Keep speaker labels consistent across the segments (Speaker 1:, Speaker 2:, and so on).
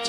Speaker 1: It's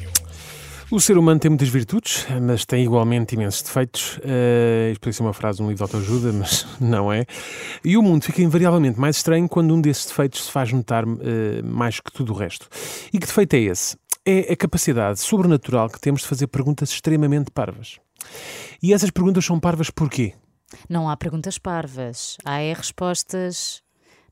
Speaker 2: O ser humano tem muitas virtudes, mas tem igualmente imensos defeitos. Eh, isto podia ser uma frase de um livro de autoajuda, mas não é. E o mundo fica invariavelmente mais estranho quando um desses defeitos se faz notar eh, mais que tudo o resto. E que defeito é esse? É a capacidade sobrenatural que temos de fazer perguntas extremamente parvas. E essas perguntas são parvas porquê?
Speaker 3: Não há perguntas parvas, há é respostas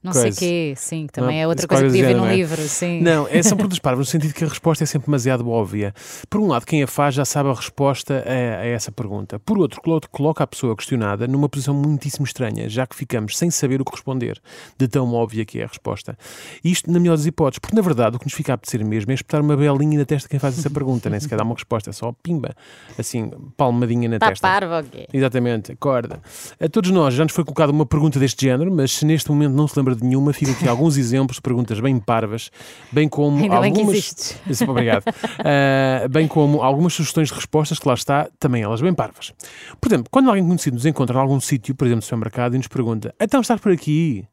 Speaker 3: não
Speaker 2: Coisa.
Speaker 3: sei quê, sim, que
Speaker 2: Não
Speaker 3: também
Speaker 2: é?
Speaker 3: é outra
Speaker 2: Isso
Speaker 3: coisa que
Speaker 2: qualquer
Speaker 3: podia ver
Speaker 2: género,
Speaker 3: num
Speaker 2: não é?
Speaker 3: livro, sim.
Speaker 2: Não, é, são perguntas parvas, no sentido que a resposta é sempre demasiado óbvia. Por um lado, quem a faz já sabe a resposta a, a essa pergunta. Por outro, colo- coloca a pessoa questionada numa posição muitíssimo estranha, já que ficamos sem saber o que responder, de tão óbvia que é a resposta. E Isto, na melhor das hipóteses, porque na verdade o que nos fica a apetecer mesmo é espetar uma belinha na testa de quem faz essa pergunta, nem sequer dá uma resposta, é só pimba, assim, palmadinha na
Speaker 3: Está
Speaker 2: testa.
Speaker 3: Tá parvo ou quê?
Speaker 2: Exatamente, acorda. A todos nós já nos foi colocada uma pergunta deste género, mas se neste momento não se lembra de nenhuma, ficam aqui alguns exemplos de perguntas bem parvas, bem como
Speaker 3: Ainda bem que
Speaker 2: algumas.
Speaker 3: existes.
Speaker 2: Sim, obrigado. Ah, bem como algumas sugestões de respostas que lá está, também elas bem parvas. Por exemplo, quando alguém conhecido nos encontra em algum sítio, por exemplo, no supermercado, e nos pergunta: então estás por aqui?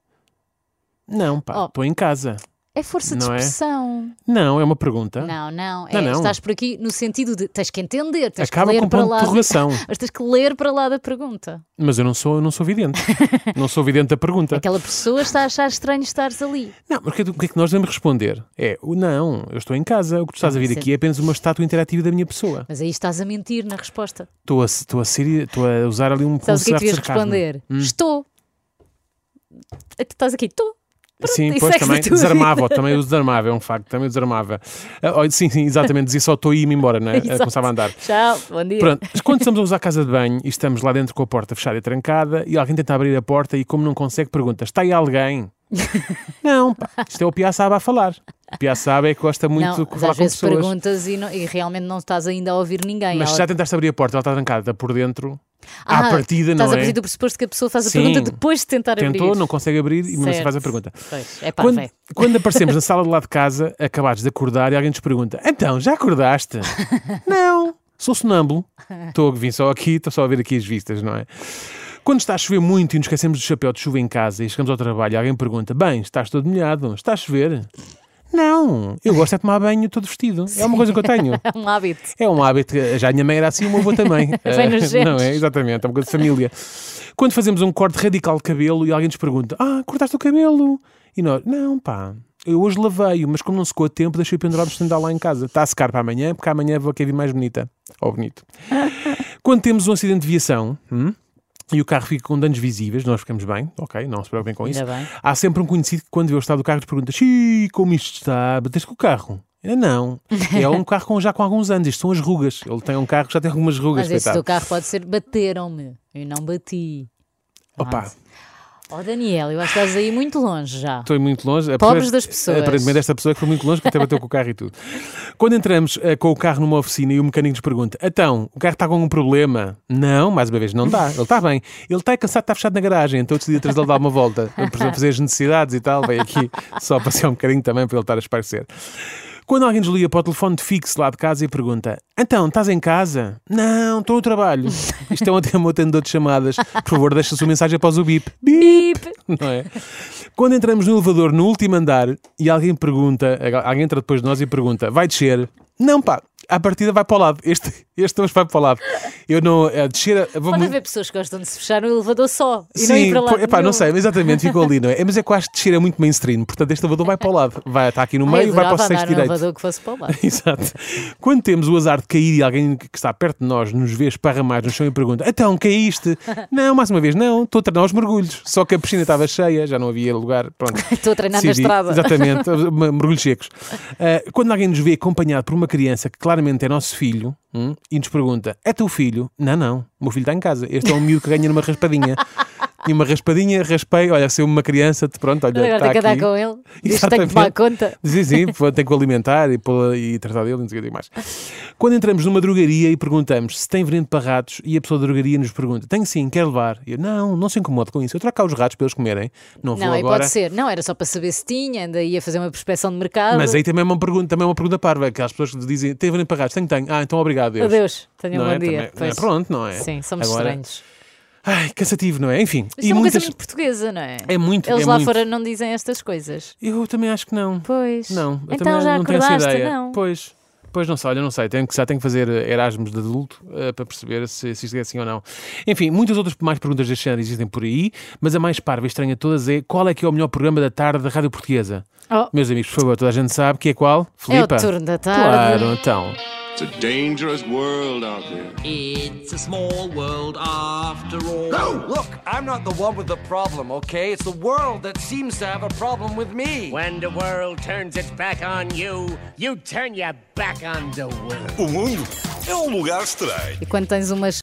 Speaker 2: Não, pá,
Speaker 3: Oh.
Speaker 2: estou em casa.
Speaker 3: É força de
Speaker 2: Não é?
Speaker 3: expressão.
Speaker 2: Não, é uma pergunta.
Speaker 3: Não, não, é,
Speaker 2: Não, não.
Speaker 3: Estás por aqui no sentido de tens que entender, tens
Speaker 2: Acaba
Speaker 3: que
Speaker 2: com
Speaker 3: ler
Speaker 2: um
Speaker 3: para
Speaker 2: ponto de
Speaker 3: lá.
Speaker 2: interrogação.
Speaker 3: Mas tens que ler para lá da pergunta.
Speaker 2: Mas eu não sou, eu não sou vidente. não sou vidente da pergunta.
Speaker 3: Aquela pessoa está a achar estranho estares ali.
Speaker 2: Não, mas o que é que- o que é que nós devemos responder? É, o não, eu estou em casa, o que tu estás a vir
Speaker 3: Sim.
Speaker 2: aqui é apenas uma estátua interativa da minha pessoa.
Speaker 3: Mas aí estás a mentir na resposta.
Speaker 2: Estou a, estou a, ser, estou a usar ali um
Speaker 3: Sabes o que é que
Speaker 2: certo
Speaker 3: devias
Speaker 2: sarcasmo. Hum.
Speaker 3: responder? Estou. Tu Estás aqui, estou.
Speaker 2: sim,
Speaker 3: e
Speaker 2: pois
Speaker 3: segues
Speaker 2: também
Speaker 3: a tua
Speaker 2: desarmava, também o desarmava, é um facto, também o desarmava. Ah, oh, sim, sim, exatamente, dizia só estou e ia-me embora, não é? Ah,
Speaker 3: Exato.
Speaker 2: Começava a andar.
Speaker 3: Tchau, bom dia.
Speaker 2: Pronto, mas quando estamos a usar a casa de banho e estamos lá dentro com a porta fechada e trancada e alguém tenta abrir a porta e, como não consegue, pergunta: está aí alguém? não, pá, isto é o Piaçaba a falar. O Piaçaba é que gosta muito
Speaker 3: não,
Speaker 2: de
Speaker 3: mas
Speaker 2: falar
Speaker 3: às
Speaker 2: com
Speaker 3: vezes
Speaker 2: pessoas.
Speaker 3: perguntas e, não- e realmente não estás ainda a ouvir ninguém.
Speaker 2: Mas
Speaker 3: Ela-
Speaker 2: se já tentaste abrir a porta, ela está trancada por dentro.
Speaker 3: Ah,
Speaker 2: à partida, não
Speaker 3: estás a
Speaker 2: é?
Speaker 3: partir do pressuposto que a pessoa faz a
Speaker 2: Sim.
Speaker 3: pergunta depois de tentar
Speaker 2: Tentou,
Speaker 3: abrir.
Speaker 2: não consegue abrir e não se
Speaker 3: Certo.
Speaker 2: faz a pergunta.
Speaker 3: Pois, é pá,
Speaker 2: Quando,
Speaker 3: é.
Speaker 2: quando aparecemos na sala de lá de casa, acabados de acordar e alguém nos pergunta: Então, já acordaste? não, sou sonâmbulo. Estou a vir só aqui, estou só a ver aqui as vistas, não é? Quando está a chover muito e nos esquecemos do chapéu de chuva em casa e chegamos ao trabalho e alguém pergunta: Bem, estás todo molhado, está a chover? Não, eu gosto é de tomar banho todo vestido. É uma coisa que eu tenho.
Speaker 3: É um hábito.
Speaker 2: É um hábito, que já a minha mãe era assim, o meu avô também.
Speaker 3: Vem nos
Speaker 2: Eh, Não
Speaker 3: genes.
Speaker 2: é? Exatamente, é uma coisa de família. Quando fazemos um corte radical de cabelo e alguém nos pergunta: Ah, cortaste o cabelo? E nós: Não, pá, eu hoje lavei-o, mas como não secou a tempo, deixei pendurado no estendal lá em casa. Está a secar para amanhã, porque amanhã vou aqui vir mais bonita. Ou bonito. Quando temos um acidente de viação. hum, E o carro fica com danos visíveis, nós ficamos bem, ok, não se preocupem com isso.
Speaker 3: Ainda bem.
Speaker 2: Há sempre um conhecido que, quando vê o estado do carro, nos pergunta: Xiii, como isto está? Bateste com o carro? Ainda não. É um carro com, já com alguns anos. Isto são as rugas. Ele tem um carro que já tem algumas rugas.
Speaker 3: Mas esse
Speaker 2: coitado.
Speaker 3: do carro pode ser bateram-me. Eu não bati.
Speaker 2: Opa,
Speaker 3: Oh Daniel, eu acho que estás aí muito longe já.
Speaker 2: estou muito longe. A
Speaker 3: Pobres
Speaker 2: pessoa- é-
Speaker 3: das pessoas.
Speaker 2: Aparentemente, esta pessoa é que foi muito longe, que até bateu com o carro e tudo. Quando entramos eh, com o carro numa oficina e o mecânico nos pergunta: Então, o carro está com algum problema? Não, mais uma vez, não está. Ele está bem. Ele está cansado, está fechado na garagem. Então, eu decidi atrás dele dar uma volta. Por exemplo, fazer as necessidades e tal. Veio aqui só passear um bocadinho também para ele estar a esparecer. Quando alguém nos liga para o telefone de fixo lá de casa e pergunta: Então, estás em casa? Não, estou no trabalho. Isto é um tema atendedor de chamadas. Por favor, deixa a sua mensagem após o bip. Bip! Não é? Quando entramos no elevador no último andar e alguém pergunta, alguém entra depois de nós e pergunta: Vai descer? Não, pá, à partida vai para o lado. Este, este hoje vai para o lado. Eu não. A descer. Vou
Speaker 3: Pode haver pessoas que gostam de se fechar no elevador só e não ir para lá.
Speaker 2: pô, epá, não
Speaker 3: nenhum.
Speaker 2: sei, mas exatamente, ficou ali, não é? É, Mas é que eu acho que descer é muito mainstream, portanto este elevador vai para o lado, vai, está aqui no
Speaker 3: Ai,
Speaker 2: meio e vai para o
Speaker 3: adorava
Speaker 2: sexto
Speaker 3: andar num
Speaker 2: direito.
Speaker 3: elevador que fosse para o lado.
Speaker 2: Exato. Quando temos o azar de cair e alguém que está perto de nós nos vê esparramar no chão e pergunta: Então, caíste? não, mais uma vez, não, estou a treinar os mergulhos. Só que a piscina estava cheia, já não havia lugar. Pronto.
Speaker 3: Estou a treinar na
Speaker 2: Decidi.
Speaker 3: estrada.
Speaker 2: Exatamente, m- mergulhos secos. Ah, quando alguém nos vê acompanhado por uma criança que claramente é nosso filho hum, e nos pergunta: É teu filho? Não, não, o meu filho está em casa. Este é um miúdo que ganha numa raspadinha. Tinha uma raspadinha, raspei. Olha, se eu uma criança, te- pronto, olha.
Speaker 3: Agora
Speaker 2: está
Speaker 3: tem que andar
Speaker 2: aqui.
Speaker 3: com ele. Diz é que tem que tomar
Speaker 2: Exatamente.
Speaker 3: conta.
Speaker 2: Sim, sim, vou- tenho que o alimentar e, pô-lo- e tratar dele, não sei o que mais. Quando entramos numa drogaria e perguntamos se tem veneno para ratos e a pessoa da drogaria nos pergunta, tem sim, quer levar? E eu, não, não se incomode com isso, eu trago cá os ratos para eles comerem. Não vou
Speaker 3: Não, aí
Speaker 2: agora.
Speaker 3: pode ser. Não, era só para saber se tinha, ainda ia fazer uma prospeção de mercado.
Speaker 2: Mas aí também é uma pergunta, também é uma pergunta parva, que as pessoas que dizem, tem veneno para ratos? Tenho, tenho. Ah, então obrigado, Deus.
Speaker 3: Adeus, tenha um
Speaker 2: Não
Speaker 3: bom
Speaker 2: é?
Speaker 3: dia.
Speaker 2: Também- não é?
Speaker 3: Pois.
Speaker 2: Pronto, não é?
Speaker 3: Sim, somos
Speaker 2: Agora-
Speaker 3: estranhos.
Speaker 2: Ai, cansativo, não é? Enfim.
Speaker 3: Isto é uma coisa muito portuguesa, não é?
Speaker 2: É muito,
Speaker 3: Eles
Speaker 2: é
Speaker 3: lá
Speaker 2: muito.
Speaker 3: fora não dizem estas coisas.
Speaker 2: Eu também acho que não.
Speaker 3: Pois.
Speaker 2: Não, eu
Speaker 3: então
Speaker 2: também
Speaker 3: já
Speaker 2: não tenho essa
Speaker 3: acordaste,
Speaker 2: ideia.
Speaker 3: não?
Speaker 2: Pois, pois não sei, olha, não sei. Tenho que, já tenho que fazer eh, Erasmus de adulto eh, para perceber se, se isto é assim ou não. Enfim, muitas outras mais perguntas deste género existem por aí, mas a mais parva e estranha de todas é qual é que é o melhor programa da tarde da Rádio Portuguesa?
Speaker 3: Oh,
Speaker 2: Meus amigos, por favor, toda a gente sabe que é qual? Filipa?
Speaker 3: Turno da Tarde.
Speaker 2: Claro, então.
Speaker 1: It's a dangerous world out there.
Speaker 4: It's a small world after all.
Speaker 5: Look, I'm not the one with the problem, okay? It's the world that seems to have a problem with me.
Speaker 6: When the world turns its back on you, you turn your back on the world.
Speaker 7: O mundo é um lugar estranho.
Speaker 3: e quando tens umas